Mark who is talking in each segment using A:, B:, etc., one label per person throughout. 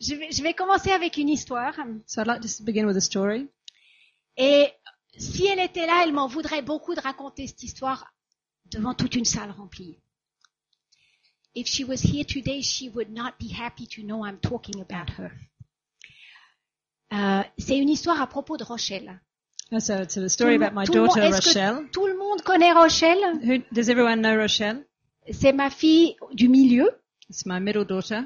A: je vais, je vais commencer avec une histoire.
B: So I'd like to s- begin with a story.
A: Et si elle était là, elle m'en voudrait beaucoup de raconter cette histoire devant toute une salle remplie. If she was here today, she would not be happy to know I'm talking about her. Euh, c'est une histoire à propos de Rochelle.
B: And Uh, so it's a story
A: Tout le-
B: about my
A: tout le monde-
B: daughter
A: est-ce que-
B: Rochelle.
A: Tout le monde connaît Rochelle.
B: Who does everyone know Rochelle?
A: C'est ma fille du milieu.
B: It's my middle daughter.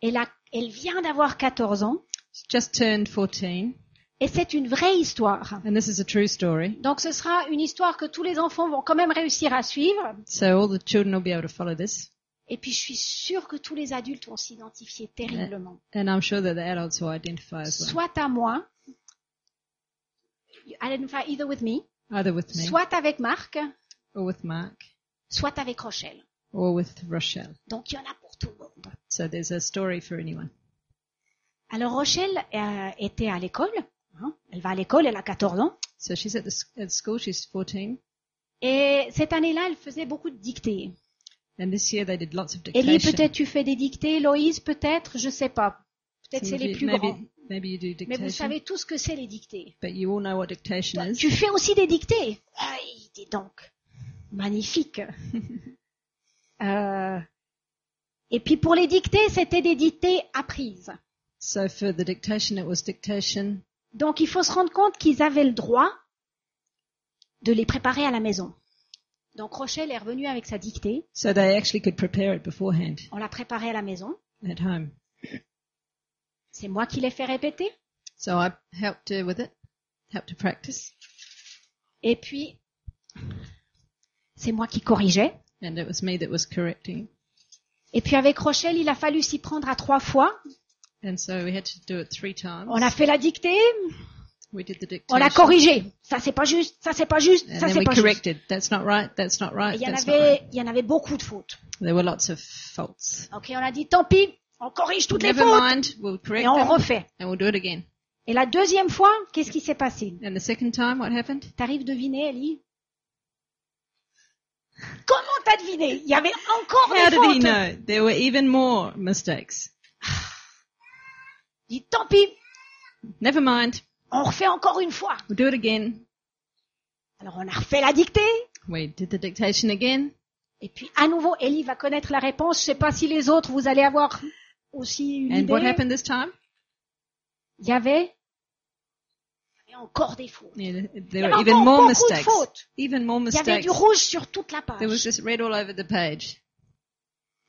A: Elle, a- elle vient d'avoir 14 ans.
B: She's just turned 14,
A: Et c'est une vraie histoire.
B: and this is a true story.
A: Donc ce sera une histoire que tous les enfants vont quand même réussir à suivre.
B: So all the children will be able to follow this,
A: Et puis je suis sûre que tous les adultes vont s'identifier terriblement.
B: and I'm sure that the adults will identify as
A: Soit à moi, You identify either with me,
B: well, either with me
A: soit avec Marc,
B: or with Mark
A: soit avec Rochelle.
B: or with Rochelle.
A: Donc il y en a pour tout le monde.
B: So there's a story for anyone.
A: Alors Rochelle euh, était à l'école, hein. elle va à l'école, elle a 14 ans,
B: So she's at the s- at school. She's 14,
A: et cette année-là, elle faisait beaucoup de dictées.
B: and this year they did lots of
A: Ellie,
B: dictation.
A: peut-être tu fais des dictées, Loïse, peut-être, je sais pas. Peut-être
B: Some
A: c'est
B: of
A: les
B: you-
A: plus
B: maybe,
A: grands.
B: maybe you do
A: Mais vous
B: dictation,
A: savez tout ce que c'est les dictées.
B: but you all know what dictation
A: Toi,
B: is.
A: tu fais aussi des dictées Aïe, dis donc. Magnifique. Euh, et puis pour les dictées, c'était des dictées apprises.
B: So for the dictation, it was dictation.
A: Donc il faut se rendre compte qu'ils avaient le droit de les préparer à la maison. Donc Rochelle est revenue avec sa dictée.
B: So they actually could prepare it beforehand
A: On l'a préparée à la maison.
B: at home.
A: C'est moi qui l'ai fait répéter.
B: So I helped her with it, helped her practice,
A: Et puis, c'est moi qui corrigeais.
B: and it was me that was correcting.
A: Et puis avec Rochelle, il a fallu s'y prendre à trois fois.
B: And so we had to do it three times.
A: On a fait la dictée,
B: we did the
A: On
B: dictation.
A: l'a corrigé. Ça c'est pas juste. Ça c'est pas juste.
B: and
A: ça
B: then
A: c'est
B: we
A: pas juste.
B: corrected. That's not right. That's not
A: Et
B: right.
A: Il y en
B: That's not right.
A: avait, il y en avait beaucoup de fautes.
B: There were lots of faults.
A: Ok, on a dit tant pis, on corrige toutes les
B: Never
A: fautes
B: mind. We'll correct
A: et on
B: them,
A: refait.
B: and we'll do it again.
A: Et la deuxième fois, qu'est-ce qui s'est passé
B: And the second time, what happened?
A: T'arrives deviner, Ellie Comment t'as deviné Il y avait encore
B: How
A: des
B: did he
A: fautes.
B: know? There were even more mistakes.
A: Dit tant pis,
B: Never mind.
A: on refait encore une fois.
B: We'll do it again.
A: Alors on a refait la dictée.
B: We did the dictation again.
A: Et puis à nouveau, Ellie va connaître la réponse. Je sais pas si les autres, vous allez avoir aussi une
B: And what
A: idée.
B: happened this time?
A: il y avait, il y avait encore des fautes.
B: Yeah,
A: Il y
B: there
A: avait
B: were even
A: encore
B: more
A: beaucoup
B: mistakes.
A: de fautes.
B: Even more
A: Il y avait
B: mistakes.
A: du rouge sur toute la page.
B: There was just red all over the page.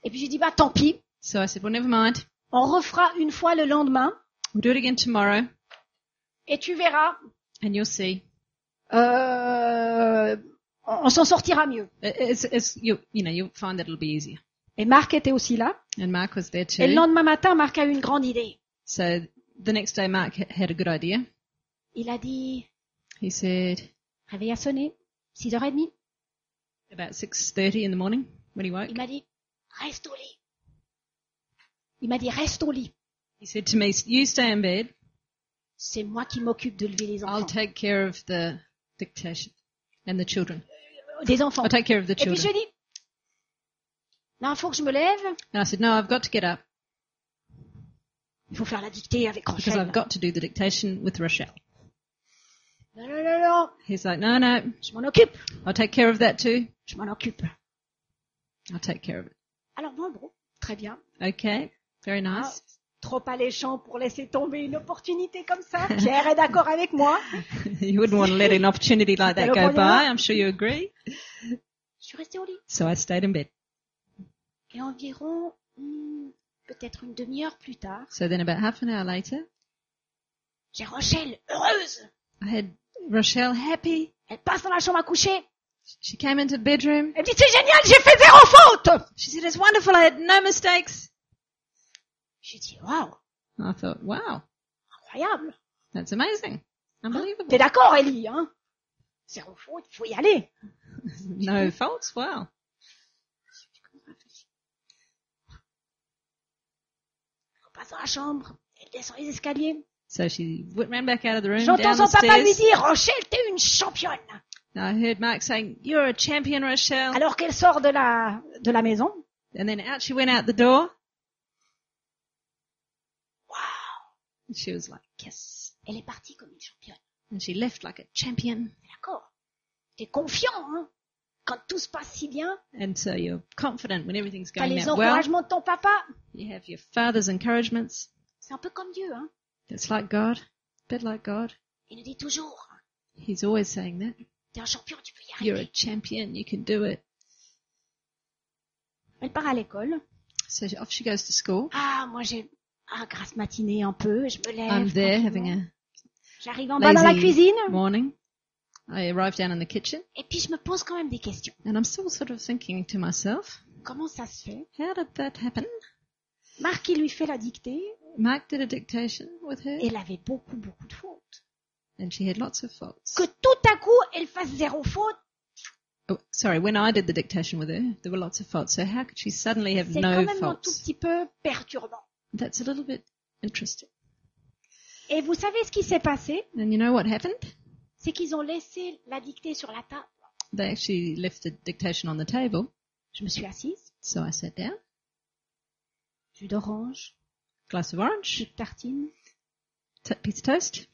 A: Et puis j'ai dit, bah tant pis,
B: So I said, well, never mind.
A: on refera une fois le lendemain
B: We'll do it again tomorrow
A: et tu verras,
B: and you'll see.
A: euh, on, on s'en sortira mieux.
B: It- It's, it's, you, you know, you'll find that it'll be easier.
A: Et Marc était aussi là.
B: And Mark was there
A: Et le
B: too.
A: lendemain matin, Marc a eu une grande idée.
B: So the next day, Mark h- had a good idea.
A: Il a dit,
B: He said
A: réveil a sonné, 6h30.
B: about 6.30 in the morning when he woke,
A: Il m'a dit, reste au lit. Il m'a dit, reste au lit.
B: he said to me, you stay in bed.
A: C'est moi qui m'occupe de lever les
B: I'll
A: enfants.
B: take care of the dictation and the children.
A: Des enfants.
B: I'll take care of the
A: Et puis je lui
B: children.
A: ai dit, non, il faut que je me lève.
B: And I said, no, I've got to get up
A: Il faut faire la dictée avec
B: because
A: Rochelle.
B: I've got to do the dictation with Rochelle.
A: Non, non, non, non,
B: He's like, no, no,
A: je m'en occupe.
B: I'll take care of that too.
A: Je m'en occupe.
B: I'll take care of it.
A: Alors bon, bon, très bien.
B: Okay, very nice.
A: Trop alléchant pour laisser tomber une opportunité comme ça. Pierre est d'accord avec moi.
B: you wouldn't want to let an opportunity like that go
A: Hello,
B: by. I'm sure you agree.
A: Je suis restée au lit.
B: So I stayed in bed.
A: Et environ, hmm, peut-être une demi-heure plus tard,
B: So then about half an hour later,
A: j'ai Rochelle heureuse.
B: I had Rochelle happy.
A: Elle passe dans la chambre à coucher.
B: She came into the bedroom.
A: Elle me dit, c'est génial, j'ai fait zéro faute.
B: She said, it's wonderful. I had no mistakes.
A: J'ai dit, waouh,
B: And I thought, wow,
A: incroyable.
B: that's amazing.
A: T'es
B: Unbelievable.
A: d'accord, Ellie, hein? Zéro faute, faut y aller.
B: No faults. Wow.
A: Elle passe dans la chambre. Elle descend les escaliers.
B: So she went, ran back out of the room,
A: J'entends son
B: down the
A: papa lui
B: stairs.
A: dire, Rochelle, t'es une championne.
B: And I heard Mark saying, you're a champion, Rochelle.
A: Alors qu'elle sort de la, de la maison,
B: And then out she went out the door.
A: waouh,
B: And she was like, yes.
A: Elle est partie comme une championne.
B: And she left like a champion.
A: D'accord T'es confiant, hein Quand tout se passe si bien,
B: And so you're confident when everything's
A: t'as
B: going
A: les
B: that well.
A: encouragements de ton papa.
B: You have your father's encouragements.
A: C'est un peu comme Dieu, hein
B: It's like God, a bit like God.
A: Il nous dit toujours,
B: He's always saying that.
A: t'es un champion, tu peux y
B: You're a
A: arriver.
B: champion. You can do it.
A: Elle part à l'école.
B: So she- off she goes to school.
A: Ah, moi j'ai ah, grasse matinée un peu, je me lève.
B: I'm there having
A: tranquillement.
B: a
A: J'arrive en bas dans la
B: lazy
A: cuisine
B: morning. I arrive down in the kitchen
A: et puis je me pose quand même des questions.
B: and I'm still sort of thinking to myself,
A: Comment ça se fait
B: how did that happen?
A: Marc, il lui fait la dictée
B: Mark did a dictation with her
A: et elle avait beaucoup, beaucoup de fautes.
B: and she had lots of faults.
A: Que tout à coup, elle fasse zéro faute,
B: Oh, sorry, when I did the dictation with her, there were lots of faults. So how could she suddenly have
A: c'est quand
B: no
A: même un tout
B: faults?
A: petit peu perturbant.
B: That's a little bit interesting.
A: Et vous savez ce qui s'est passé
B: And you know what happened?
A: C'est qu'ils ont laissé la dictée sur la table.
B: They actually left the dictation on the table.
A: Je me suis assise,
B: So I sat down,
A: jus d'orange,
B: glass of orange,
A: jus de tartine.
B: t- piece of toast.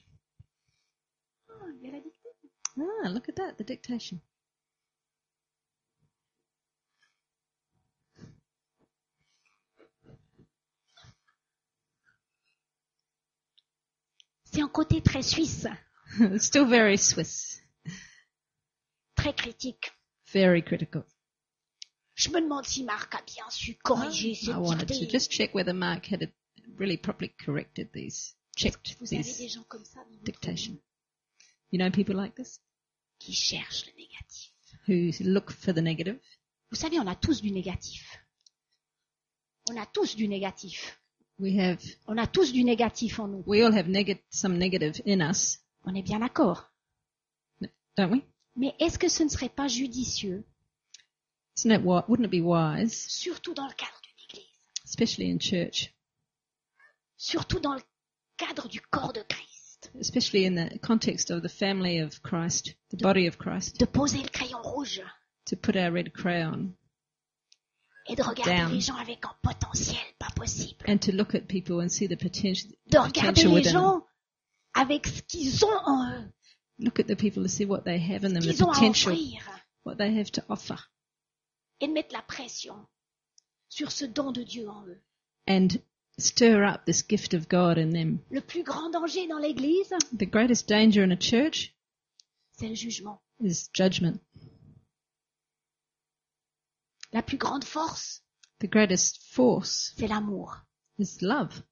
A: Ah, il y a la dictée.
B: Ah, look at that, the dictation.
A: C'est un côté très suisse,
B: It's Still very Swiss,
A: très critique.
B: very critical.
A: Je me demande si Marc a bien su corriger
B: I
A: cette
B: wanted to
A: dictée.
B: just check whether Mark had really properly corrected these, checked
A: Vous avez des
B: these
A: gens comme ça dans votre vie
B: dictation. You know people like this
A: qui cherchent le négatif.
B: who look for the negative.
A: Vous savez, on a tous du négatif. On a tous du négatif.
B: We have,
A: On a tous du négatif en nous.
B: we all have neg- some negative in us,
A: On est bien d'accord.
B: don't we?
A: Mais est-ce que ce ne serait pas judicieux,
B: Isn't it what? Wouldn't it be wise,
A: surtout dans le cadre de l'Église,
B: especially in church,
A: surtout dans le cadre du corps de Christ,
B: especially in the context of the family of Christ, the body of Christ,
A: de poser le crayon rouge
B: to put our red crayon
A: et de regarder
B: Damn.
A: les gens avec un potentiel pas possible,
B: and to look at people and see the potential,
A: de regarder
B: potential
A: les
B: within them.
A: gens avec ce qu'ils ont en eux,
B: Look at the people to see what they have in them, the
A: qu'ils ont à
B: potential,
A: offrir,
B: what they have to offer,
A: et de mettre la pression sur ce don de Dieu en eux.
B: and stir up this gift of God in them.
A: Le plus grand danger dans l'Église,
B: The greatest danger in a church
A: c'est le jugement.
B: is judgment.
A: La plus grande force,
B: The greatest force
A: c'est l'amour.
B: is love.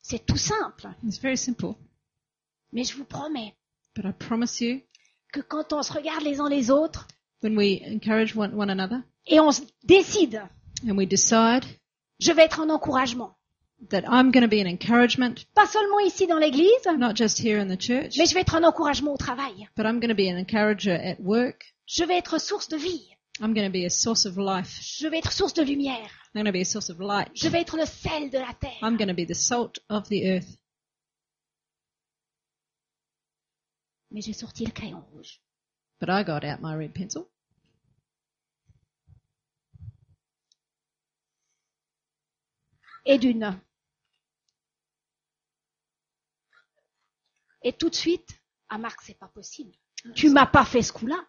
A: C'est tout simple,
B: It's very simple,
A: mais je vous promets
B: but I promise you,
A: que quand on se regarde les uns les autres
B: when we encourage one, one another
A: et on se décide,
B: and we decide
A: je vais être un encouragement.
B: that I'm going to be an encouragement,
A: Pas seulement ici dans l'église,
B: not just here in the church,
A: mais je vais être un encouragement au travail.
B: but I'm going to be an encourager at work.
A: Je vais être source de vie.
B: I'm going to be a source of life.
A: Je vais être source de lumière.
B: I'm going to be a source of light.
A: Je vais être le sel de la terre.
B: I'm going to be the salt of the earth.
A: Mais j'ai sorti le crayon rouge.
B: But I got out my red pencil.
A: Et d'une. Et tout de suite, ah Marc, c'est pas possible. Tu m'as pas fait ce coup-là.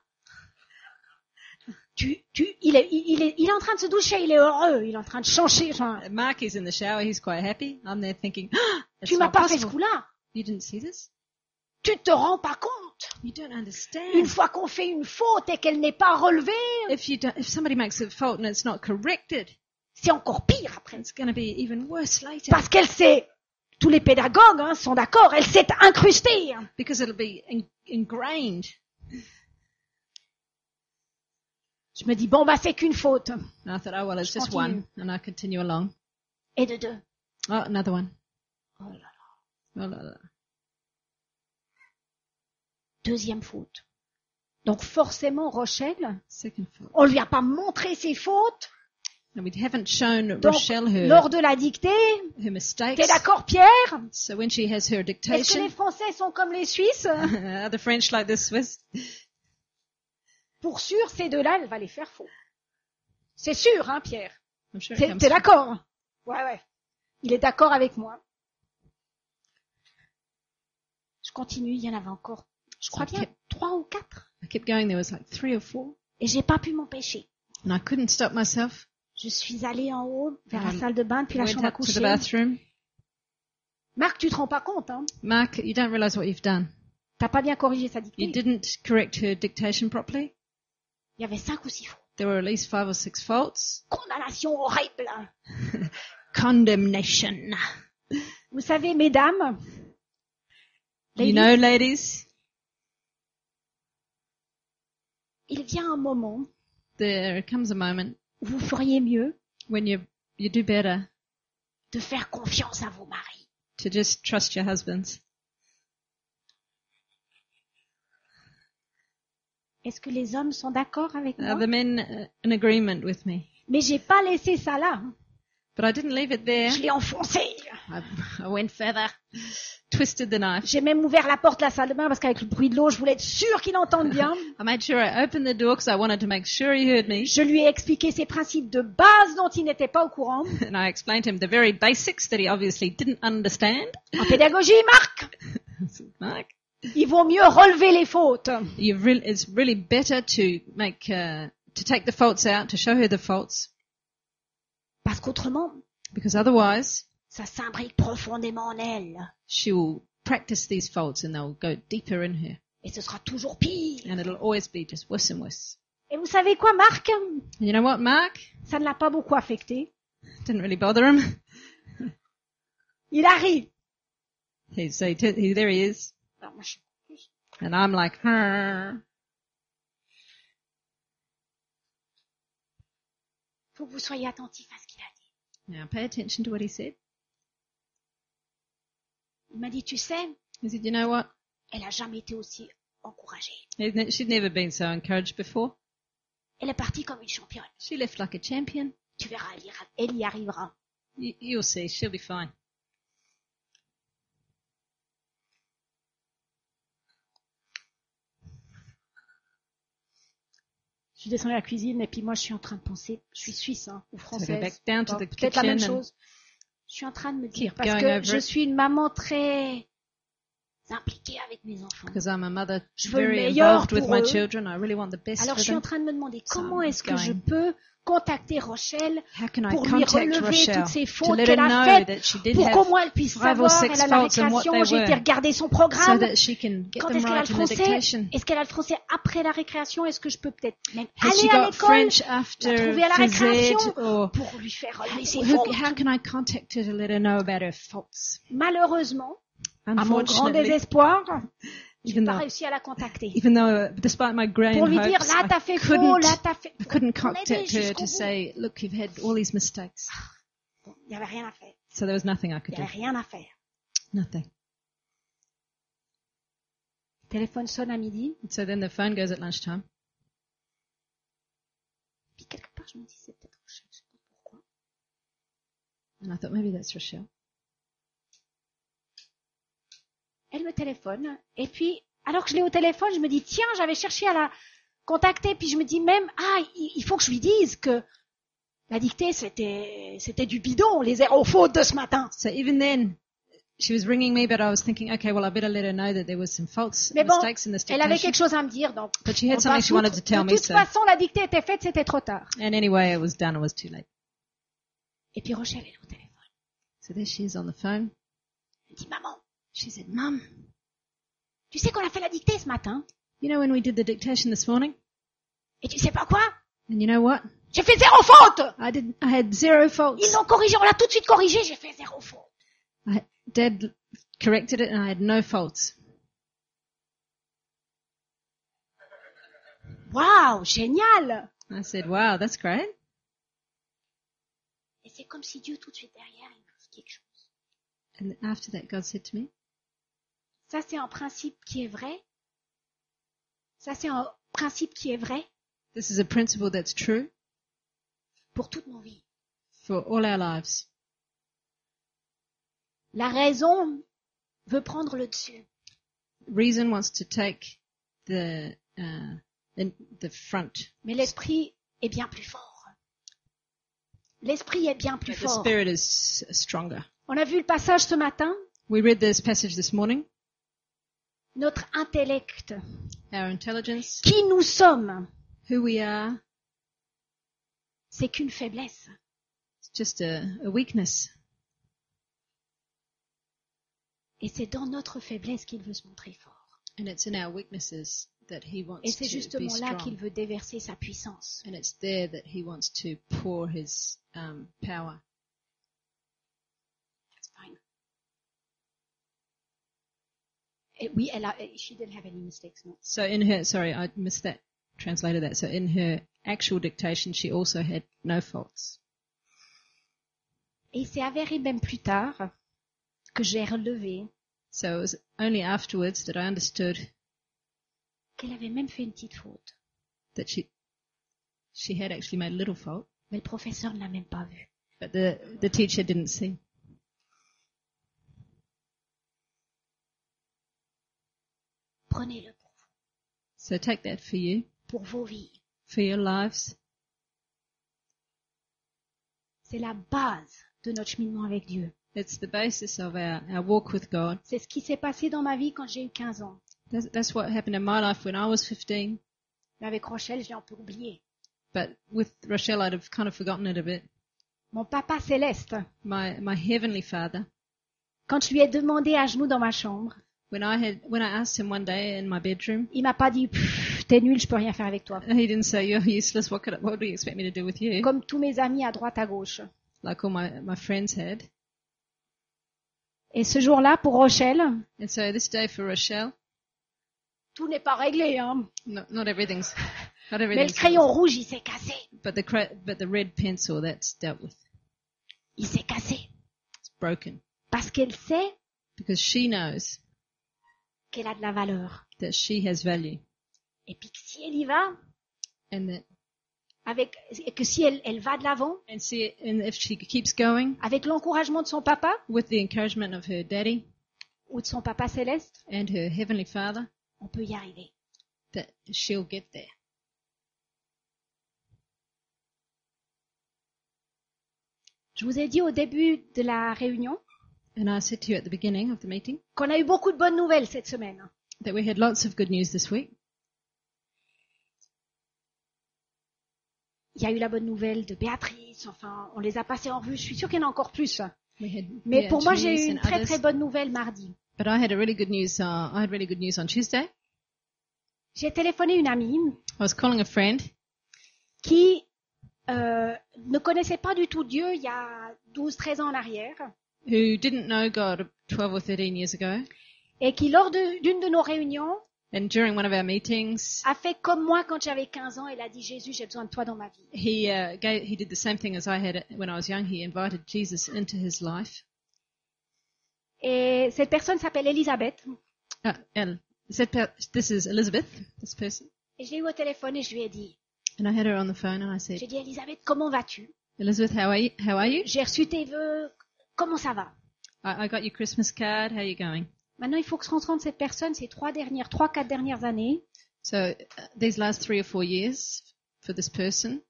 A: Tu, tu, il est, il il est, il est en train de se doucher, il est heureux, il est en train de changer. genre,
B: Mark is in the shower. He's quite happy. I'm there thinking, ah, it's
A: tu m'as
B: not
A: pas fait ce
B: possible.
A: coup-là.
B: You didn't see this?
A: Tu te rends pas compte.
B: You don't
A: Une
B: understand.
A: fois qu'on fait une faute et qu'elle n'est pas relevée,
B: If you don't, if somebody makes a fault and it's not corrected,
A: c'est encore pire après.
B: it's going to be even worse later
A: Parce qu'elle s'est, tous les pédagogues hein, sont d'accord, elle s'est incrustée.
B: because it'll be in, ingrained.
A: Je me dis, bon, bah, c'est qu'une faute.
B: And I thought, oh well, it's just
A: Continue.
B: one, and I continue along.
A: Et de deux.
B: Oh, another one.
A: Oh là là.
B: Oh, la, la.
A: Deuxième faute. Donc, forcément, Rochelle,
B: Second fault.
A: on lui a pas montré ses fautes
B: And we haven't shown
A: Donc,
B: Rochelle her,
A: lors de la dictée.
B: her mistakes.
A: T'es d'accord, Pierre?
B: So when she has her
A: Est-ce que
B: dictation,
A: les Français sont comme les Suisses?
B: are the French like the Swiss?
A: Pour sûr, ces deux-là, elle va les faire faux. C'est sûr, hein, Pierre?
B: I'm sure it
A: T'es hein
B: comes
A: t'es d'accord Ouais, ouais. Il est d'accord avec moi. Je continue, il y en avait encore, je
B: So
A: crois
B: I
A: bien,
B: kept,
A: trois ou quatre.
B: I kept going. There was like three or four,
A: Et j'ai pas pu m'empêcher.
B: and I couldn't stop myself.
A: Je suis allée en haut vers la
B: Um,
A: salle de bain puis la
B: went
A: chambre à
B: up to the
A: coucher.
B: bathroom.
A: Marc, tu te rends pas compte, hein
B: Mark, you don't realise what you've done.
A: T'as pas bien corrigé sa
B: You
A: dictée.
B: didn't correct her dictation properly.
A: Il y avait cinq ou six fautes.
B: There were at least five or six faults.
A: Condamnation horrible. hein.
B: Condemnation.
A: Vous savez, mesdames,
B: You
A: ladies,
B: know, ladies,
A: il vient un moment
B: there comes a moment
A: où vous feriez mieux
B: when you you do better
A: de faire confiance à vos maris.
B: to just trust your husbands.
A: Est-ce que les hommes sont d'accord avec
B: Are
A: moi
B: the men uh, in agreement with me?
A: Mais j'ai pas laissé ça là. hein.
B: But I didn't leave it there.
A: Je l'ai enfoncé.
B: I, I went further, twisted the knife.
A: J'ai même ouvert la porte de la salle de bain parce qu'avec le bruit de l'eau, je voulais être sûre qu'il entende bien.
B: I made sure I opened the door because I wanted to make sure he heard me,
A: Je lui ai expliqué ces principes de base dont il n'était pas au courant.
B: and I explained to him the very basics that he obviously didn't understand.
A: En pédagogie, Marc,
B: I said, Mark,
A: il vaut mieux relever les fautes.
B: you re- it's really better to make uh, to take the faults out to show her the faults
A: Parce qu'autrement,
B: because otherwise
A: ça s'imbrique profondément en elle.
B: she will practice these faults and they'll go deeper in her,
A: Et ce sera toujours pire.
B: and it'll always be just worse and worse.
A: Et vous savez quoi, Marc
B: And you know what, Mark?
A: Ça ne l'a pas beaucoup affecté.
B: Didn't really bother him.
A: Il arrive.
B: He's so t- he, there he is,
A: Alors, moi, je-
B: and I'm like, "Arr."
A: faut que vous soyez attentif à ce qu'il a dit.
B: now pay attention to what he said.
A: Il m'a dit, tu sais,
B: He said, you know what?
A: elle a jamais été aussi encouragée.
B: He'd ne- She'd never been so encouraged before.
A: Elle est partie comme une championne.
B: She left like a champion.
A: Tu verras, elle y, ra- elle y arrivera.
B: You, you'll see, she'll be fine.
A: Je suis descendue à la cuisine et puis moi, je suis en train de penser, je suis suisse hein, ou
B: So go back
A: française.
B: down to
A: Bon,
B: the
A: Peut-être la
B: kitchen
A: même
B: and
A: chose. Je suis en train de me dire, parce
B: going
A: que
B: over
A: je
B: it.
A: suis une maman très impliquée avec mes enfants.
B: because I'm a mother
A: Je veux le
B: very
A: meilleur
B: involved with
A: pour
B: my
A: eux.
B: children. I really want the best
A: Alors,
B: for
A: je suis en
B: them.
A: train de me demander comment
B: I'm
A: est-ce que je
B: going.
A: peux contacter Rochelle
B: How can I
A: pour lui
B: contact
A: relever toutes
B: Rochelle
A: ces
B: to
A: fautes
B: let her
A: qu'elle a
B: know
A: faites
B: that she did
A: pour
B: have
A: qu'au moins elle puisse
B: five
A: savoir,
B: or six
A: elle a la
B: faults and what
A: récréation,
B: they
A: j'ai été
B: were.
A: regarder son
B: eh so
A: programme.
B: that she can get
A: Quand
B: them
A: est-ce qu'elle a le
B: right in the
A: français
B: dictation?
A: Est-ce qu'elle a le français après la récréation Est-ce que je peux peut-être même
B: Has she
A: aller à
B: got
A: l'école
B: French after
A: trouver à la
B: phys ed
A: récréation?
B: or
A: pour lui faire
B: Ah,
A: relever ses fautes
B: who, how can I contact her to let her know about her faults?
A: Malheureusement, à mon grand
B: Unfortunately,
A: désespoir, je
B: even
A: n'ai pas
B: though
A: réussi à la contacter.
B: even though, uh, despite my grand
A: Pour lui dire,
B: hopes,
A: là,
B: I
A: t'as fait faux,
B: couldn't,
A: là, t'as fait...
B: I couldn't
A: On a été
B: contact her
A: jusqu'au
B: to
A: bout.
B: say, look, you've had all these mistakes.
A: Bon, Il n'y avait rien à faire.
B: So there was nothing I
A: Il n'y
B: could do.
A: avait rien à faire.
B: Nothing.
A: Le téléphone sonne à midi.
B: So then the phone goes at lunchtime.
A: Puis quelque part, je me dis, c'est peut-être Rochelle, je sais pas pourquoi.
B: And I thought, maybe that's Rochelle.
A: Elle me téléphone. Et puis, alors que je l'ai au téléphone, je me dis, tiens, j'avais cherché à la contacter. Puis je me dis même, ah, il il faut que je lui dise que la dictée, c'était, c'était du bidon, les zéro fautes de ce matin.
B: So even then, she was ringing me, but I was thinking, okay, well, I better let her know that there was some faults,
A: Mais bon,
B: mistakes in this
A: Elle avait quelque
B: dictation.
A: chose à me dire, donc.
B: But she
A: on
B: had
A: s'en
B: something she wanted
A: fout.
B: to tell
A: de
B: me,
A: toute
B: so.
A: façon, la dictée était faite, c'était trop tard.
B: And anyway, it was done. It was too late.
A: Et puis Rochelle, elle est au téléphone.
B: So there she is on the phone.
A: Elle dit, maman,
B: She said, Mum,
A: tu sais qu'on a fait la dictée ce matin.
B: you know when we did the dictation this morning?
A: Et tu sais pas quoi?
B: And you know what?
A: J'ai fait zéro faute!
B: I did. I had zero
A: Ils
B: faults.
A: l'ont corrigé, on l'a tout de suite corrigé, j'ai fait zéro faute.
B: I, Dad corrected it, and I had no faults.
A: Waouh, génial!
B: I said, wow, that's great.
A: Et c'est comme si Dieu tout de suite derrière, il nous dit quelque chose.
B: And after that, God said to me,
A: Ça, c'est un principe qui est vrai. Ça, c'est un principe qui est vrai
B: this is a principle that's true
A: pour toute nos vies.
B: for all our lives.
A: La raison veut prendre le dessus.
B: Reason wants to take the, uh, in the front.
A: Mais l'esprit est bien plus fort. L'esprit est bien plus
B: But the
A: fort.
B: spirit is stronger.
A: On a vu le passage ce matin
B: We read this passage this morning
A: notre intellect,
B: our intelligence,
A: qui nous sommes,
B: who we are.
A: c'est qu'une faiblesse.
B: It's just a, a weakness.
A: Et c'est dans notre faiblesse qu'il veut se montrer fort.
B: And it's in our weaknesses that he
A: Et
B: wants
A: c'est
B: to be
A: justement là
B: strong.
A: qu'il veut déverser sa puissance.
B: And it's there that he wants to pour his um, power.
A: That's fine. Et oui, elle a, she didn't have any mistakes, non.
B: So in her, sorry, I missed that, translated that. So in her actual dictation, she also had no faults.
A: Et il s'est avéré même plus tard que j'ai relevé
B: So it was only afterwards that I understood
A: qu'elle avait même fait une petite faute.
B: that she, she had actually made a little fault,
A: Mais le professeur ne l'a même pas vue.
B: but the, the teacher didn't see.
A: Prenez-le pour,
B: So take that for you,
A: pour vos vies.
B: for your lives.
A: C'est la base de notre cheminement avec Dieu.
B: It's the basis of our, our walk with God.
A: C'est ce qui s'est passé dans ma vie quand j'ai eu 15 ans.
B: That's, that's what happened in my life when I was 15,
A: Mais avec Rochelle, j'ai un peu oublié.
B: but with Rochelle, I'd have kind of forgotten it a bit.
A: Mon papa céleste,
B: My, my heavenly father,
A: quand je lui ai demandé à genoux dans ma chambre,
B: when I had, when I asked him one day in my bedroom,
A: il m'a pas dit Pff, t'es nul, je peux rien faire avec toi.
B: he didn't say, you're useless. What could, I, what do you expect me to do with you?
A: Comme tous mes amis à droite à gauche.
B: Like all my, my friends had.
A: Et ce jour-là, pour Rochelle,
B: And so this day for Rochelle,
A: tout n'est pas réglé, hein.
B: not, not everything's, not
A: Mais le
B: everything's,
A: crayon rouge, il s'est cassé.
B: but the, cra- but the red pencil that's dealt with,
A: Il s'est cassé.
B: it's broken
A: Parce qu'elle sait
B: because she knows
A: qu'elle a de la valeur.
B: that she has value
A: Et puis que si elle y va,
B: and that
A: avec, et que si elle, elle va de l'avant,
B: And see, and if she keeps going
A: avec l'encouragement de son papa
B: with the encouragement of her daddy
A: ou de son papa céleste,
B: and her heavenly father,
A: on peut y arriver.
B: that she'll get there.
A: Je vous ai dit au début de la réunion
B: And I said to you at the beginning of the meeting
A: qu'on a eu beaucoup de bonnes nouvelles cette semaine.
B: that we had lots of good news this week.
A: Il y a eu la bonne nouvelle de Béatrice, enfin, on les a passées en revue. Je suis sûre qu'il y en a encore plus.
B: We had
A: Mais pour moi,
B: Beatrice
A: j'ai eu une
B: and
A: très
B: others.
A: très bonne nouvelle mardi.
B: But I had a really good news. Uh, I had really good news on Tuesday.
A: J'ai téléphoné une amie
B: I was calling a friend
A: qui euh, ne connaissait pas du tout Dieu il y a 12-13 ans en arrière
B: who didn't know God 12 or 13 years ago,
A: et qui, lors de- d'une de, nos réunions,
B: and during one of our meetings,
A: a fait comme moi quand j'avais 15 ans. Elle a dit, Jésus, j'ai besoin de toi dans ma vie.
B: he uh, gave, he did the same thing as I had when I was young. He invited Jesus into his life.
A: Et cette personne s'appelle Elisabeth.
B: Uh, and said, "This is Elizabeth, this person."
A: Et je l'ai eu au téléphone et je lui ai dit,
B: And I had her on the phone and I said,
A: j'ai dit, Elisabeth, comment vas-tu
B: Elizabeth, how are you? How are you?
A: J'ai reçu tes vœux, comment ça va
B: I, I got your Christmas card. How are you going?
A: Maintenant, il faut que se rencontre cette personne ces trois dernières, trois, quatre dernières années.
B: So uh, these last three or four years for this person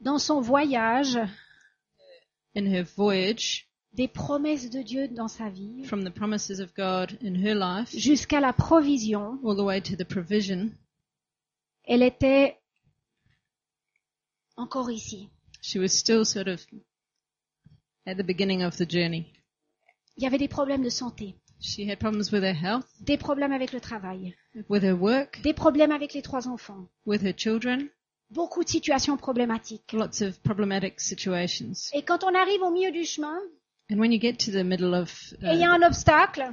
A: Dans son voyage,
B: in her voyage
A: des promesses de Dieu dans sa vie,
B: from the promises of God in her life
A: jusqu'à la provision,
B: all the way to the provision,
A: elle était encore ici.
B: she was still sort of at the beginning of the journey.
A: Il y avait des problèmes de santé,
B: She had problems with her health,
A: des problèmes avec le travail,
B: with her work,
A: des problèmes avec les trois enfants,
B: with her children,
A: beaucoup de situations problématiques.
B: lots of problematic situations.
A: Et quand on arrive au milieu du chemin
B: And when you get to the middle of
A: et il y a un
B: uh,
A: obstacle,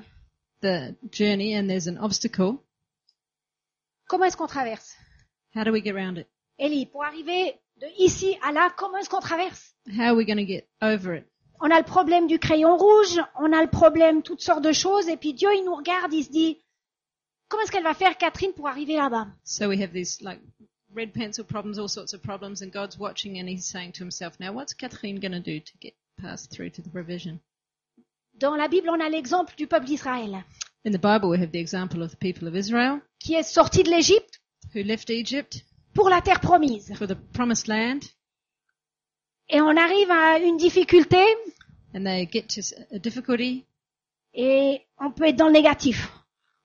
B: the journey and there's an obstacle,
A: comment est-ce qu'on traverse
B: how do we get around it?
A: Ellie, pour arriver de ici à là, comment est-ce qu'on traverse
B: How are we going to get over it?
A: On a le problème du crayon rouge, on a le problème toutes sortes de choses, et puis Dieu, il nous regarde, il se dit, comment est-ce qu'elle va faire Catherine pour arriver là-bas
B: So we have these like red pencil problems, all sorts of problems, and God's watching and he's saying to himself, now what's Catherine going to do to get past through to the provision?
A: Dans la Bible, on a l'exemple du peuple d'Israël,
B: In the Bible, we have the example of the people of Israel
A: qui est sorti de l'Égypte
B: who left Egypt
A: pour la terre promise.
B: for the promised land
A: Et on arrive à une difficulté,
B: and they get to s- a difficulty
A: et on peut être dans le négatif.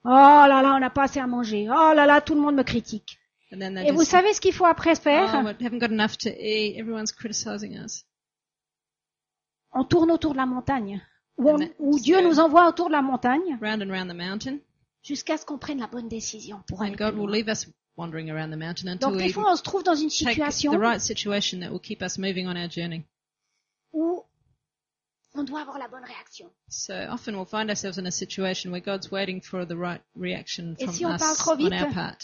A: Oh là là, on n'a pas assez à manger. Oh là là, tout le monde me critique.
B: And then they
A: Et vous
B: just
A: savez ce qu'il faut après
B: oh,
A: faire
B: we haven't got enough to eat. Everyone's criticizing us.
A: On tourne autour de la montagne. Où, on-
B: Amen.
A: où Dieu nous envoie autour de la montagne
B: Round and round the mountain.
A: jusqu'à ce qu'on prenne la bonne décision pour aller
B: And God
A: plus
B: will
A: loin.
B: leave us wandering around the mountain until
A: Donc des
B: we
A: fois, on se trouve dans une
B: take
A: situation
B: the right situation that will keep us moving on our journey.
A: où on doit avoir la bonne réaction.
B: So often we'll find ourselves in a situation where God's waiting for the right reaction
A: Et
B: from
A: si on parle
B: us
A: trop
B: on
A: vite?
B: our part.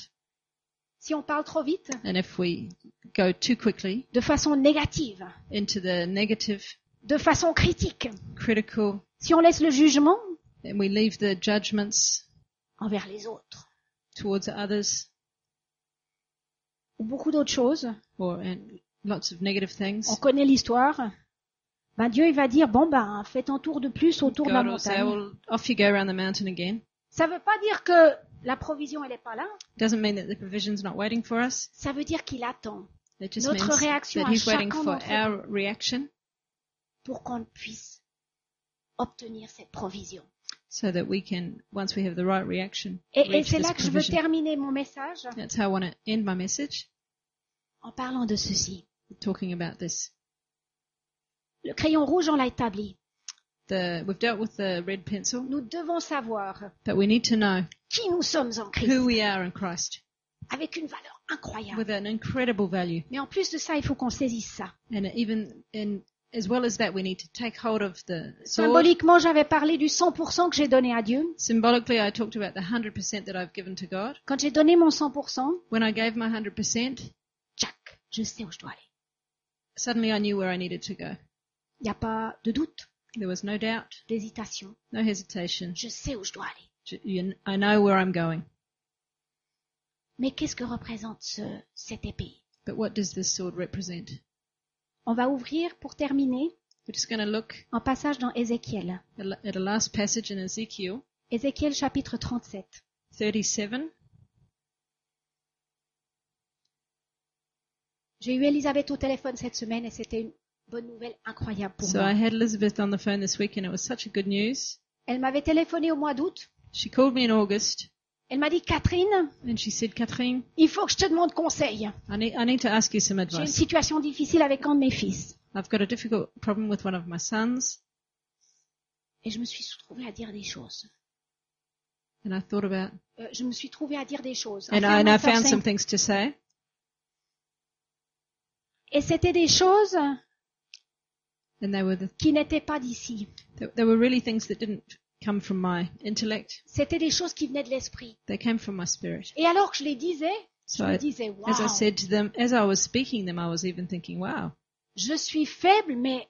A: Si on parle trop vite,
B: And if we go too quickly
A: de façon négative,
B: into the negative,
A: de façon critique,
B: critical,
A: si on laisse le jugement
B: and we leave the judgments
A: envers les autres
B: towards others
A: ou beaucoup d'autres choses,
B: or and lots of negative things,
A: on connaît l'histoire, ben Dieu il va dire bon ben faites un tour de plus autour de la
B: God will say,
A: montagne.
B: well, off you go around the mountain again.
A: Ça veut pas dire que la provision elle est pas là,
B: Doesn't mean that the provision's not waiting for us.
A: ça veut dire qu'il attend
B: It just
A: Notre
B: means
A: réaction
B: that
A: à
B: He's waiting
A: chacun
B: for
A: d'entre
B: our reaction
A: pour qu'on puisse obtenir cette provision.
B: so that we can, once we have the right reaction,
A: Et, et
B: reach
A: c'est
B: this
A: là que je veux
B: provision.
A: terminer mon message
B: That's how I want to end my message,
A: en parlant de ceci.
B: talking about this.
A: Le crayon rouge, on l'a établi.
B: The, we've dealt with the red pencil,
A: Nous devons savoir
B: but we need to know
A: qui nous sommes en Christ,
B: who we are in Christ
A: avec une valeur incroyable.
B: with an incredible value.
A: Mais en plus de ça, il faut qu'on saisisse ça.
B: And even in, as well as that, we need to take hold of the sword.
A: Symboliquement, j'avais parlé du 100% que j'ai donné à Dieu.
B: Symbolically, I talked about the 100% that I've given to God.
A: Quand j'ai donné mon 100%,
B: When I gave my 100%,
A: tchac, je sais où je dois aller.
B: suddenly I knew where I needed to go.
A: Il n'y a pas de doute,
B: There was no doubt,
A: d'hésitation.
B: no hesitation.
A: Je sais où je dois aller.
B: J- you- I know where I'm going.
A: Mais qu'est-ce que représente ce- cette épée
B: But what does this sword represent?
A: On va ouvrir pour terminer
B: We're just going to look
A: un passage dans Ézéchiel.
B: at l- at a last passage in Ezekiel
A: Ézéchiel chapitre 37.
B: 37.
A: J'ai eu Elisabeth au téléphone cette semaine et c'était une bonne nouvelle incroyable pour
B: So
A: moi.
B: I had Elizabeth on the phone this week and it was such a good news.
A: Elle m'avait téléphoné au mois d'août.
B: She called me in August
A: Elle m'a dit Catherine,
B: and she said, Catherine,
A: il faut que je te demande conseil.
B: I need, I need to ask you some
A: J'ai une
B: advice.
A: situation difficile avec un de mes fils.
B: I've got a difficult problem with one of my sons
A: Et je me suis trouvée à dire des choses.
B: and I thought about,
A: Euh, je me suis trouvée à dire des choses. à
B: and
A: faire
B: I, and
A: ma
B: I
A: sœur
B: found some
A: sainte.
B: things to say.
A: Et c'était des choses
B: And they were, the,
A: qui n'étaient pas d'ici.
B: they, they were really things that didn't come from my intellect.
A: C'était des choses qui venaient de l'esprit.
B: They came from my spirit.
A: Et alors que je les disais, je
B: So
A: me
B: I,
A: disais, waouh,
B: as I said to them, as I was speaking them, I was even thinking, wow,
A: je suis faible, mais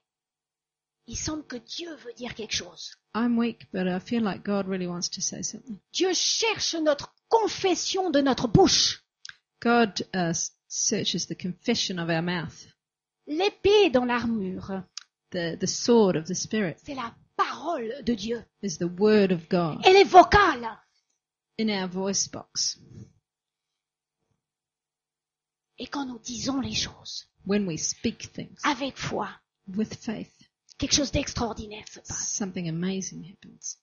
A: il semble que Dieu veut dire quelque chose.
B: I'm weak, but I feel like God really wants to say something.
A: Dieu cherche notre confession de notre bouche.
B: God uh, searches the confession of our mouth.
A: L'épée dans l'armure,
B: The, the sword of the Spirit
A: c'est la parole de Dieu.
B: is the word of God
A: Elle est vocale.
B: in our voice box
A: Et quand nous disons les choses
B: when we speak things
A: avec foi,
B: with faith.
A: quelque chose d'extraordinaire se passe.
B: Something amazing happens.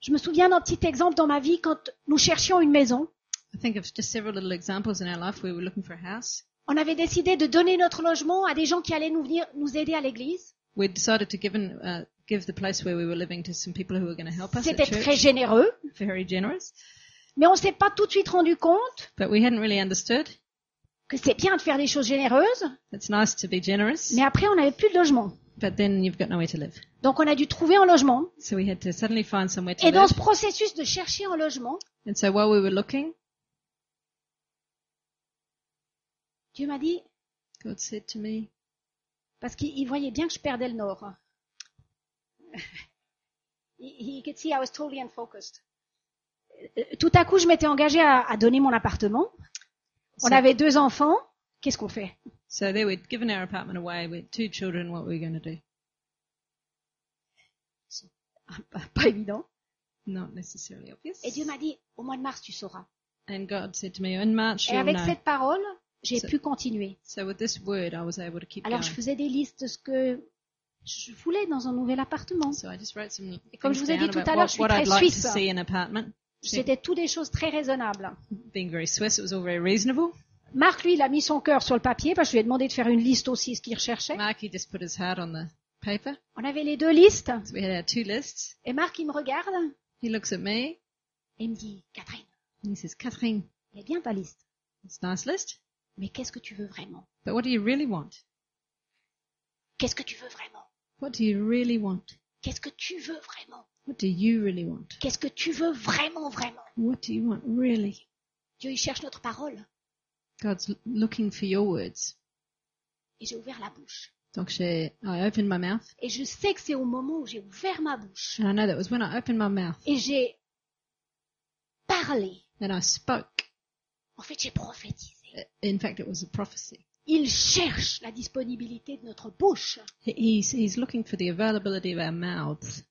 A: Je me souviens d'un petit exemple dans ma vie quand nous cherchions une maison.
B: I think of just several little examples in our life where we were looking for a house.
A: On avait décidé de donner notre logement à des gens qui allaient nous venir nous aider à l'église.
B: We decided to give, in, uh, give the place where we were living to some people who were going to help us at
A: C'était très
B: church.
A: généreux,
B: Very generous.
A: mais on ne s'est pas tout de suite rendu compte
B: But we hadn't really understood.
A: que c'est bien de faire des choses généreuses,
B: It's nice to be generous,
A: mais après on n'avait plus de logement.
B: but then you've got nowhere to live.
A: Donc on a dû trouver un logement.
B: So we had to suddenly find somewhere to
A: Et dans
B: live.
A: ce processus de chercher un logement,
B: And so while we were looking,
A: Dieu m'a dit,
B: God said to me,
A: parce qu'il il voyait bien que je perdais le nord. He he could see I was totally unfocused. Euh, Tout à coup, je m'étais engagée à- à donner mon appartement. On
B: so,
A: avait deux enfants. Qu'est-ce qu'on fait
B: so there we'd given our apartment away, we had two children, what were we going to do?
A: Pas- Pas évident.
B: Not necessarily obvious.
A: Et Dieu m'a dit, au mois de mars, tu sauras.
B: And God said to me, in March
A: Et
B: you'll
A: avec
B: know.
A: cette parole, j'ai
B: C'est-
A: pu continuer.
B: So with this word, I was able to keep
A: Alors, je
B: going.
A: faisais des listes de ce que je voulais dans un nouvel appartement.
B: So I just wrote some
A: comme
B: things
A: je vous ai dit
B: down
A: tout
B: about
A: à l'heure,
B: what,
A: je suis
B: what
A: très
B: I'd like to
A: suisse.
B: see in an apartment. C'est-
A: C'était toutes des choses très raisonnables.
B: Being very Swiss, it was all very reasonable.
A: Marc, lui, il a mis son cœur sur le papier parce que je lui ai demandé de faire une liste aussi ce qu'il recherchait.
B: Mark, he just put his heart on the paper.
A: On avait les deux listes
B: So we had our two lists.
A: et Marc, il me regarde
B: He looks at me
A: et il me dit, Catherine,
B: and he says, Catherine,
A: il est bien ta liste,
B: it's a nice list,
A: mais qu'est-ce que tu veux vraiment
B: but what do you really want?
A: Qu'est-ce que tu veux vraiment
B: What do you really want?
A: Qu'est-ce que tu veux vraiment
B: What do you really want?
A: Qu'est-ce que tu veux vraiment, vraiment
B: What do you want really?
A: Dieu, il cherche notre parole.
B: God's l- looking for your words.
A: Et j'ai ouvert la bouche.
B: Donc j'ai, I opened my mouth
A: Et je sais que c'est au moment où j'ai ouvert ma bouche
B: and I know that was when I opened my mouth
A: et j'ai parlé.
B: and I spoke.
A: En fait, j'ai prophétisé.
B: In fact, it was a prophecy.
A: Il cherche la disponibilité de notre bouche.
B: He- He's, he's looking for the availability of our mouths.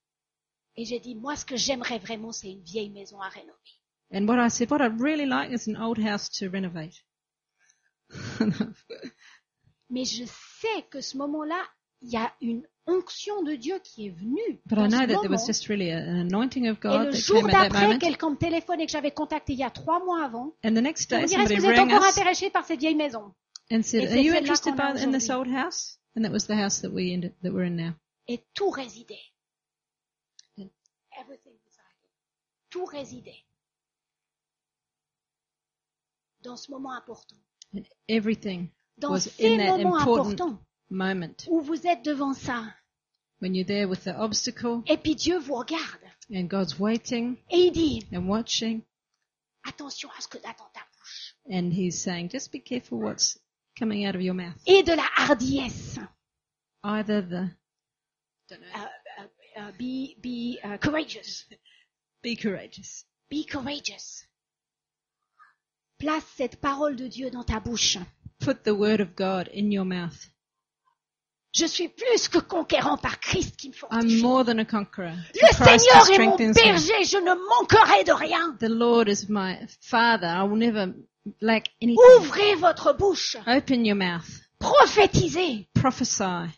A: Et j'ai dit, moi, ce que j'aimerais vraiment, c'est une vieille maison à rénover.
B: And what I said, what I'd really like is an old house to renovate.
A: Mais je sais que ce moment-là, il y a une onction de Dieu qui est venue.
B: But
A: dans
B: I know
A: ce
B: that there was
A: moment.
B: just really a- an anointing of
A: Et
B: God
A: le
B: that
A: jour
B: came at that
A: d'après,
B: moment.
A: quelqu'un me téléphone et que j'avais contacté il y a trois mois avant,
B: And the next
A: pour
B: day,
A: me dire, est-ce
B: somebody
A: que vous êtes
B: rang
A: encore
B: us
A: intéressé par cette vieille maison
B: and
A: Et
B: said,
A: c'est
B: "Are you
A: celle-là
B: interested
A: qu'on a
B: by, in this
A: aujourd'hui.
B: old house?" And that was the house that we ended, that we're in now.
A: et tout résidait.
B: Mm.
A: Everything resided. Tout résidait. Dans ce moment important.
B: And everything
A: Dans
B: Was
A: ces
B: in that
A: moments
B: important-
A: importants
B: moment
A: où vous êtes devant ça.
B: when you're there with the obstacle
A: Et puis Dieu vous regarde.
B: and God's waiting
A: Et il dit,
B: and watching,
A: attention à ce que t'as dans ta bouche.
B: and He's saying, "Just be careful what's coming out of your mouth."
A: Et de la hardiesse.
B: Either the don't know,
A: Uh, be, be uh, courageous.
B: be courageous.
A: Be courageous. Place cette parole de Dieu dans ta bouche.
B: Put the word of God in your mouth.
A: Je suis plus que conquérant par Christ qui me fortifie.
B: I'm more than a conqueror.
A: Le
B: For Christ
A: Seigneur est mon
B: strengthens me.
A: berger, je ne manquerai de rien.
B: The Lord is my Father. I will never lack anything.
A: Ouvrez votre bouche,
B: Open your mouth.
A: prophétisez.
B: Prophesy.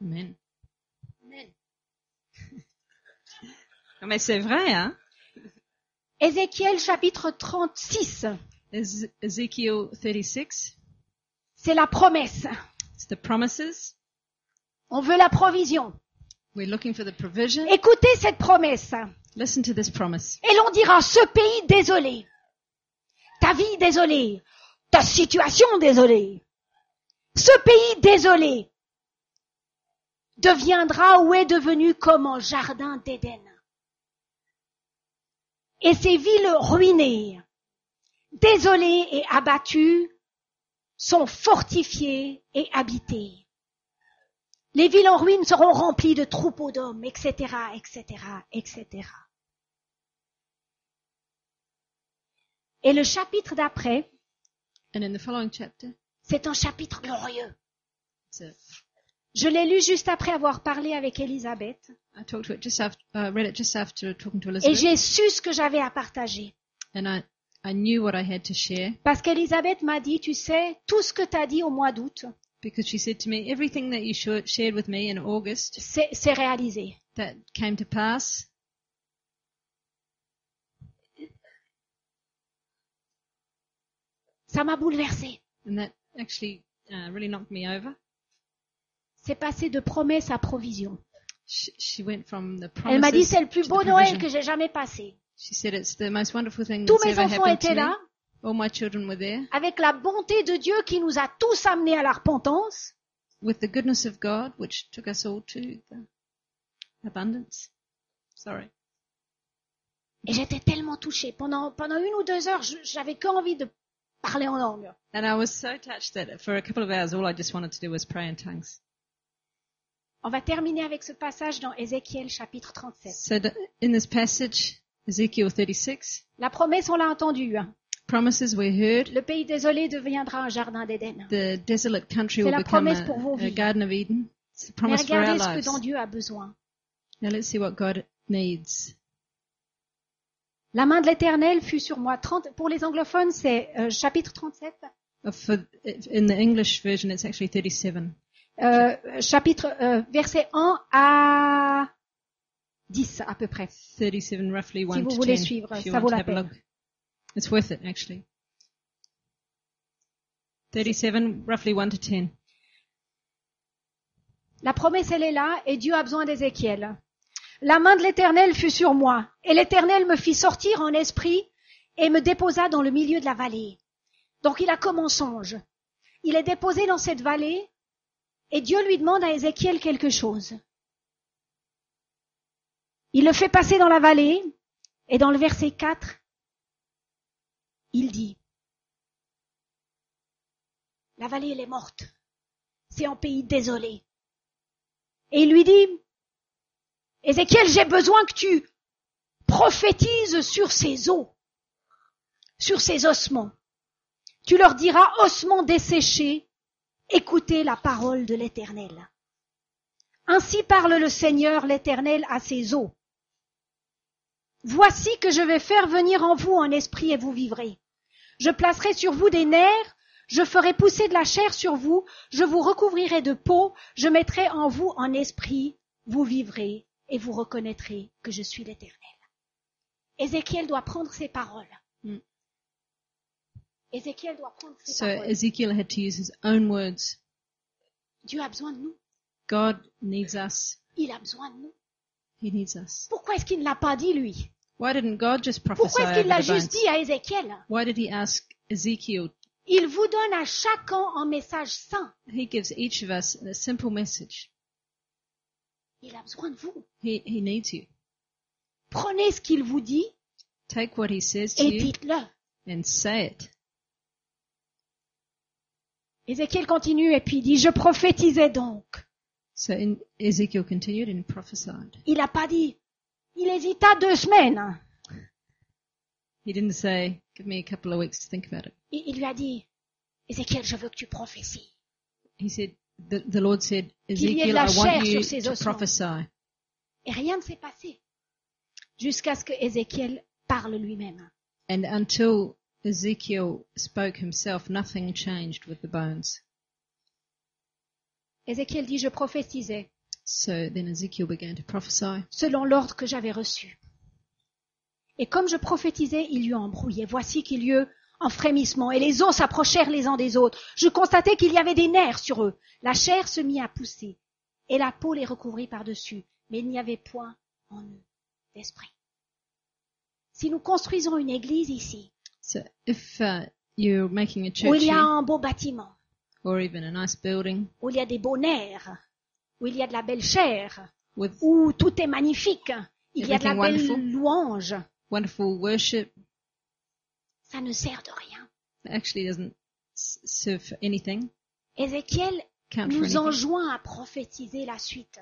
B: Amen. Non, Ah, mais c'est vrai, hein?
A: Ézéchiel chapitre 36,
B: Ez- Ezekiel 36.
A: c'est la promesse.
B: It's the promises.
A: On veut la provision.
B: We're looking for the provision.
A: Écoutez cette promesse.
B: Listen to this promise.
A: Et l'on dira ce pays désolé, ta vie désolée, ta situation désolée, ce pays désolé deviendra ou est devenu comme un jardin d'Éden. Et ces villes ruinées, désolées et abattues, sont fortifiées et habitées. Les villes en ruine seront remplies de troupeaux d'hommes, etc., etc., etc. Et le chapitre d'après,
B: And in the following chapter,
A: c'est un chapitre glorieux.
B: it's a-
A: Je l'ai lu juste après avoir parlé avec Elisabeth
B: I talked to it just after, uh, read it just after talking to
A: et
B: Elizabeth.
A: j'ai su ce que j'avais à partager.
B: And I, I knew what I had to share
A: Parce qu'Elisabeth m'a dit, tu sais, tout ce que tu as dit au mois d'août,
B: because she said to me, everything that you sh- shared with me in August
A: c'est c'est réalisé.
B: that came to pass.
A: Ça m'a bouleversée.
B: And that actually uh, really knocked me over.
A: C'est passé de promesse à provision.
B: She, she went from the
A: Elle m'a dit,
B: promises.
A: c'est le plus
B: to
A: beau
B: the
A: Noël
B: provision.
A: que j'ai jamais passé.
B: She said it's the most wonderful thing
A: Tous
B: that's
A: mes
B: ever
A: enfants
B: happened
A: étaient
B: to me.
A: là,
B: All my children were there.
A: avec la bonté de Dieu qui nous a tous amenés à la repentance.
B: With the goodness of God, which took us all to the abundance. Sorry.
A: Et j'étais tellement touchée. Pendant, pendant une ou deux heures, je- j'avais que envie de parler en langue.
B: And I was so touched that for a couple of hours, all I just wanted to do was pray in tongues.
A: On va terminer avec ce passage dans Ézéchiel chapitre 37.
B: So th- in this passage, Ezekiel 36,
A: La promesse, on l'a entendue. hein.
B: promises were heard.
A: Le pays désolé deviendra un jardin d'Éden.
B: The desolate
A: C'est
B: country will
A: la
B: become
A: promesse pour vos
B: a, a
A: vies.
B: garden of Eden. It's a
A: Mais
B: promise for our
A: regardez ce que
B: lives.
A: dont Dieu a besoin.
B: Now let's see what God needs.
A: La main de l'Éternel fut sur moi. 30, pour les anglophones, c'est euh, chapitre 37.
B: Uh, For, in the English version, it's actually 37.
A: Euh, chapitre, euh, verset 1 à 10 à peu près.
B: 37 roughly
A: vous
B: 1 to
A: voulez
B: 10,
A: suivre,
B: if you
A: ça
B: want
A: vaut la
B: to have a
A: peine.
B: look. It's worth it actually. 37 roughly 1 to 10.
A: La promesse, elle est là et Dieu a besoin d'Ézéchiel. La main de l'Éternel fut sur moi et l'Éternel me fit sortir en esprit et me déposa dans le milieu de la vallée. Donc il a comme un songe. Il est déposé dans cette vallée et Dieu lui demande à Ézéchiel quelque chose. Il le fait passer dans la vallée et dans le verset 4, il dit, la vallée, elle est morte. C'est un pays désolé. Et il lui dit, Ézéchiel, j'ai besoin que tu prophétises sur ces os, sur ces ossements. Tu leur diras, ossements desséchés, écoutez la parole de l'Éternel. Ainsi parle le Seigneur l'Éternel à ces os. Voici que je vais faire venir en vous un esprit et vous vivrez. Je placerai sur vous des nerfs, je ferai pousser de la chair sur vous, je vous recouvrirai de peau, je mettrai en vous un esprit, vous vivrez et vous reconnaîtrez que je suis l'Éternel. Ézéchiel doit prendre ses paroles.
B: Hmm.
A: Ézéchiel doit prendre ses
B: So
A: paroles.
B: Ezekiel had to use his own words.
A: Dieu a besoin de nous.
B: God needs us.
A: Il a besoin de nous.
B: He needs us.
A: Pourquoi est-ce qu'il ne l'a pas dit lui
B: Why didn't God just prophesy
A: Pourquoi est-ce
B: over
A: qu'il l'a
B: the
A: juste
B: bones?
A: dit à Ézéchiel
B: Why did he ask Ezekiel?
A: Il vous donne à chacun un message saint.
B: He gives each of us a simple message.
A: Il a besoin de vous.
B: He, he needs you.
A: Prenez ce qu'il vous dit
B: Take what he says to
A: et
B: you
A: dites-le.
B: and say it.
A: Ézéchiel continue et puis il dit, je prophétisais donc.
B: So in, Ezekiel continued and prophesied.
A: Il n'a pas dit. Il hésita deux semaines.
B: He didn't say, give me a couple of weeks to think about it.
A: Et il lui a dit, Ézéchiel, je veux que tu prophéties.
B: He said, the, the Lord said,
A: y ait de
B: Ezekiel,
A: la
B: I
A: chair
B: want you
A: sur ses
B: to
A: ossements."
B: prophesy.
A: Et rien ne s'est passé. Jusqu'à ce que Ézéchiel parle lui-même.
B: And until Ezekiel spoke himself, nothing changed with the bones.
A: Ézéchiel dit, je prophétisais
B: So then Ezekiel began to prophesy.
A: selon l'ordre que j'avais reçu. Et comme je prophétisais, il y eut embrouillé. Voici qu'il y eut un frémissement, et les os s'approchèrent les uns des autres. Je constatai qu'il y avait des nerfs sur eux. La chair se mit à pousser, et la peau les recouvrit par-dessus, mais il n'y avait point en eux d'esprit. Si nous construisons une église ici,
B: So if uh, you're making a
A: où
B: church
A: il y a
B: here,
A: un beau bâtiment,
B: or even a nice building
A: où il y a des beaux nerfs, où il y a de la belle chair,
B: with
A: où tout est magnifique, il y a de la
B: Everything
A: belle
B: wonderful.
A: louange,
B: wonderful worship,
A: ça ne sert de rien.
B: that actually doesn't s- serve for anything,
A: Ézéchiel
B: count for
A: nous
B: anything.
A: enjoint à prophétiser la suite.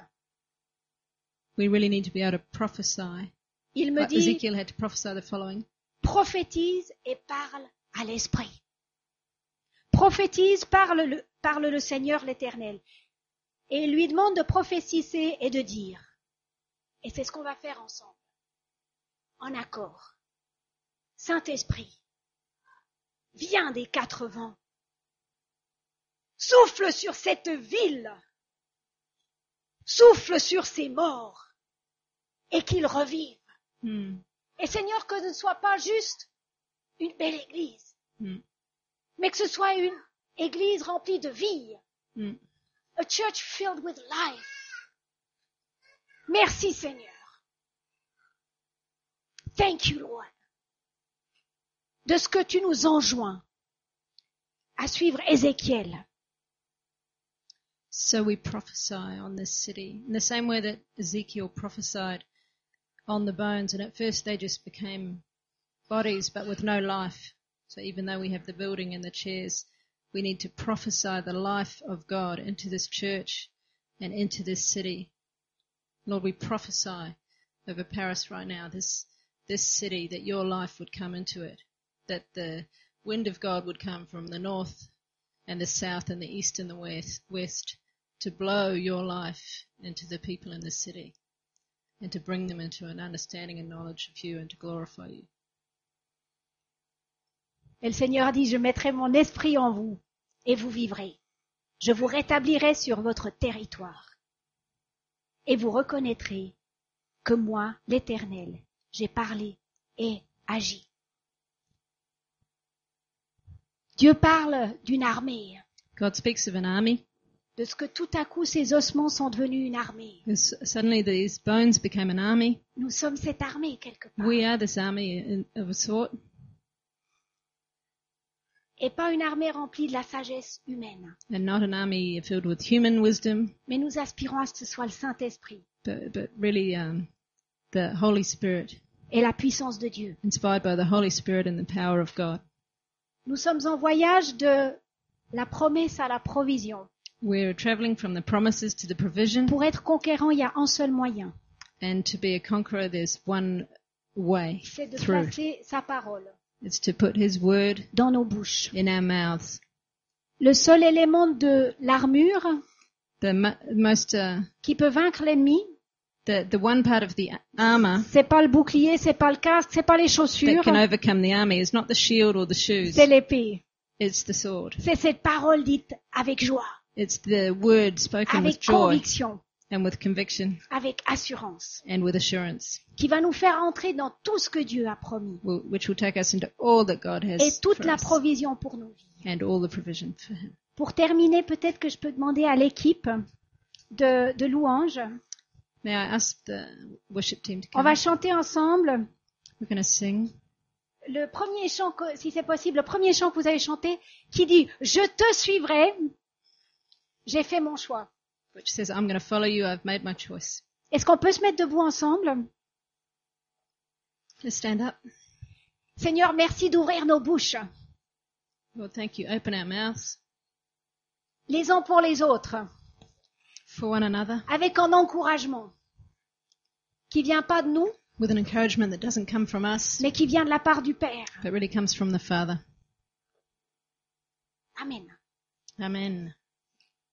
B: We really need to be able to prophesy.
A: Il me
B: But
A: dit,
B: Ezekiel had to prophesy the following.
A: prophétise et parle à l'esprit. Prophétise, parle le, parle le Seigneur l'Éternel. Et il lui demande de prophétiser et de dire. Et c'est ce qu'on va faire ensemble. En accord. Saint-Esprit, viens des quatre vents. Souffle sur cette ville. Souffle sur ces morts. Et qu'ils revivent.
B: Hmm.
A: Et Seigneur, que ce ne soit pas juste une belle église,
B: Mm.
A: mais que ce soit une église remplie de vie.
B: Mm.
A: A church filled with life. Merci Seigneur. Thank you Lord. De ce que tu nous enjoins à suivre Ézéchiel.
B: So we prophesy on this city in the same way that Ezekiel prophesied on the bones, and at first they just became bodies but with no life. So even though we have the building and the chairs, we need to prophesy the life of God into this church and into this city. Lord, we prophesy over Paris right now, this this city, that your life would come into it, that the wind of God would come from the north and the south and the east and the west, west to blow your life into the people in the city and to bring them into an understanding and knowledge of you and to glorify you.
A: Et le Seigneur dit, je mettrai mon esprit en vous et vous vivrez. Je vous rétablirai sur votre territoire et vous reconnaîtrez que moi, l'Éternel, j'ai parlé et agi. Dieu parle d'une armée,
B: God speaks of an army.
A: de ce que tout à coup ces ossements sont devenus une armée.
B: Because suddenly these bones became an army.
A: Nous sommes cette armée quelque part.
B: We are this army in, of a sort,
A: Et pas une armée remplie de la sagesse humaine.
B: and not an army filled with human wisdom,
A: Mais nous aspirons à ce que ce soit le Saint-Esprit
B: but, but really um, the Holy Spirit,
A: et la puissance de Dieu.
B: inspired by the Holy Spirit and the power of God.
A: Nous sommes en voyage de la promesse à la provision.
B: We're traveling from the promises to the provision,
A: Pour être conquérant, il y a un seul moyen,
B: and to be a conqueror, there's one way
A: c'est de
B: through.
A: placer sa parole
B: It's to put His word
A: dans nos bouches.
B: in our mouths.
A: Le seul élément de l'armure
B: The mo- most, uh,
A: qui peut vaincre l'ennemi,
B: the the one part of the armor
A: c'est pas le bouclier, c'est pas le casque, c'est pas les chaussures,
B: that can overcome the army is not the shield or the shoes.
A: c'est l'épée.
B: It's the sword.
A: C'est cette parole dite avec joie,
B: It's the word spoken with
A: avec
B: joy
A: conviction,
B: and with conviction
A: avec assurance,
B: and with assurance,
A: qui va nous faire entrer dans tout ce que Dieu a promis
B: will- which will take us into all that God
A: et
B: has
A: toute
B: for
A: la
B: us
A: provision pour nos vies.
B: and all the provision for Him.
A: Pour terminer, peut-être que je peux demander à l'équipe de, de louanges.
B: May I ask the worship team to
A: On
B: come?
A: va chanter ensemble
B: We're going to sing.
A: le premier chant, que- si c'est possible, le premier chant que vous avez chanté qui dit « Je te suivrai, j'ai fait mon choix
B: which says, I'm going to follow you. I've made my choice. ».
A: Est-ce qu'on peut se mettre debout ensemble
B: Just stand up.
A: Seigneur, merci d'ouvrir nos bouches,
B: Lord, thank you. Open our mouths
A: les uns pour les autres,
B: for one another
A: avec un encouragement qui vient pas de nous,
B: with an encouragement that doesn't come from us,
A: mais qui vient de la part du Père.
B: but really comes from the Father.
A: Amen.
B: Amen.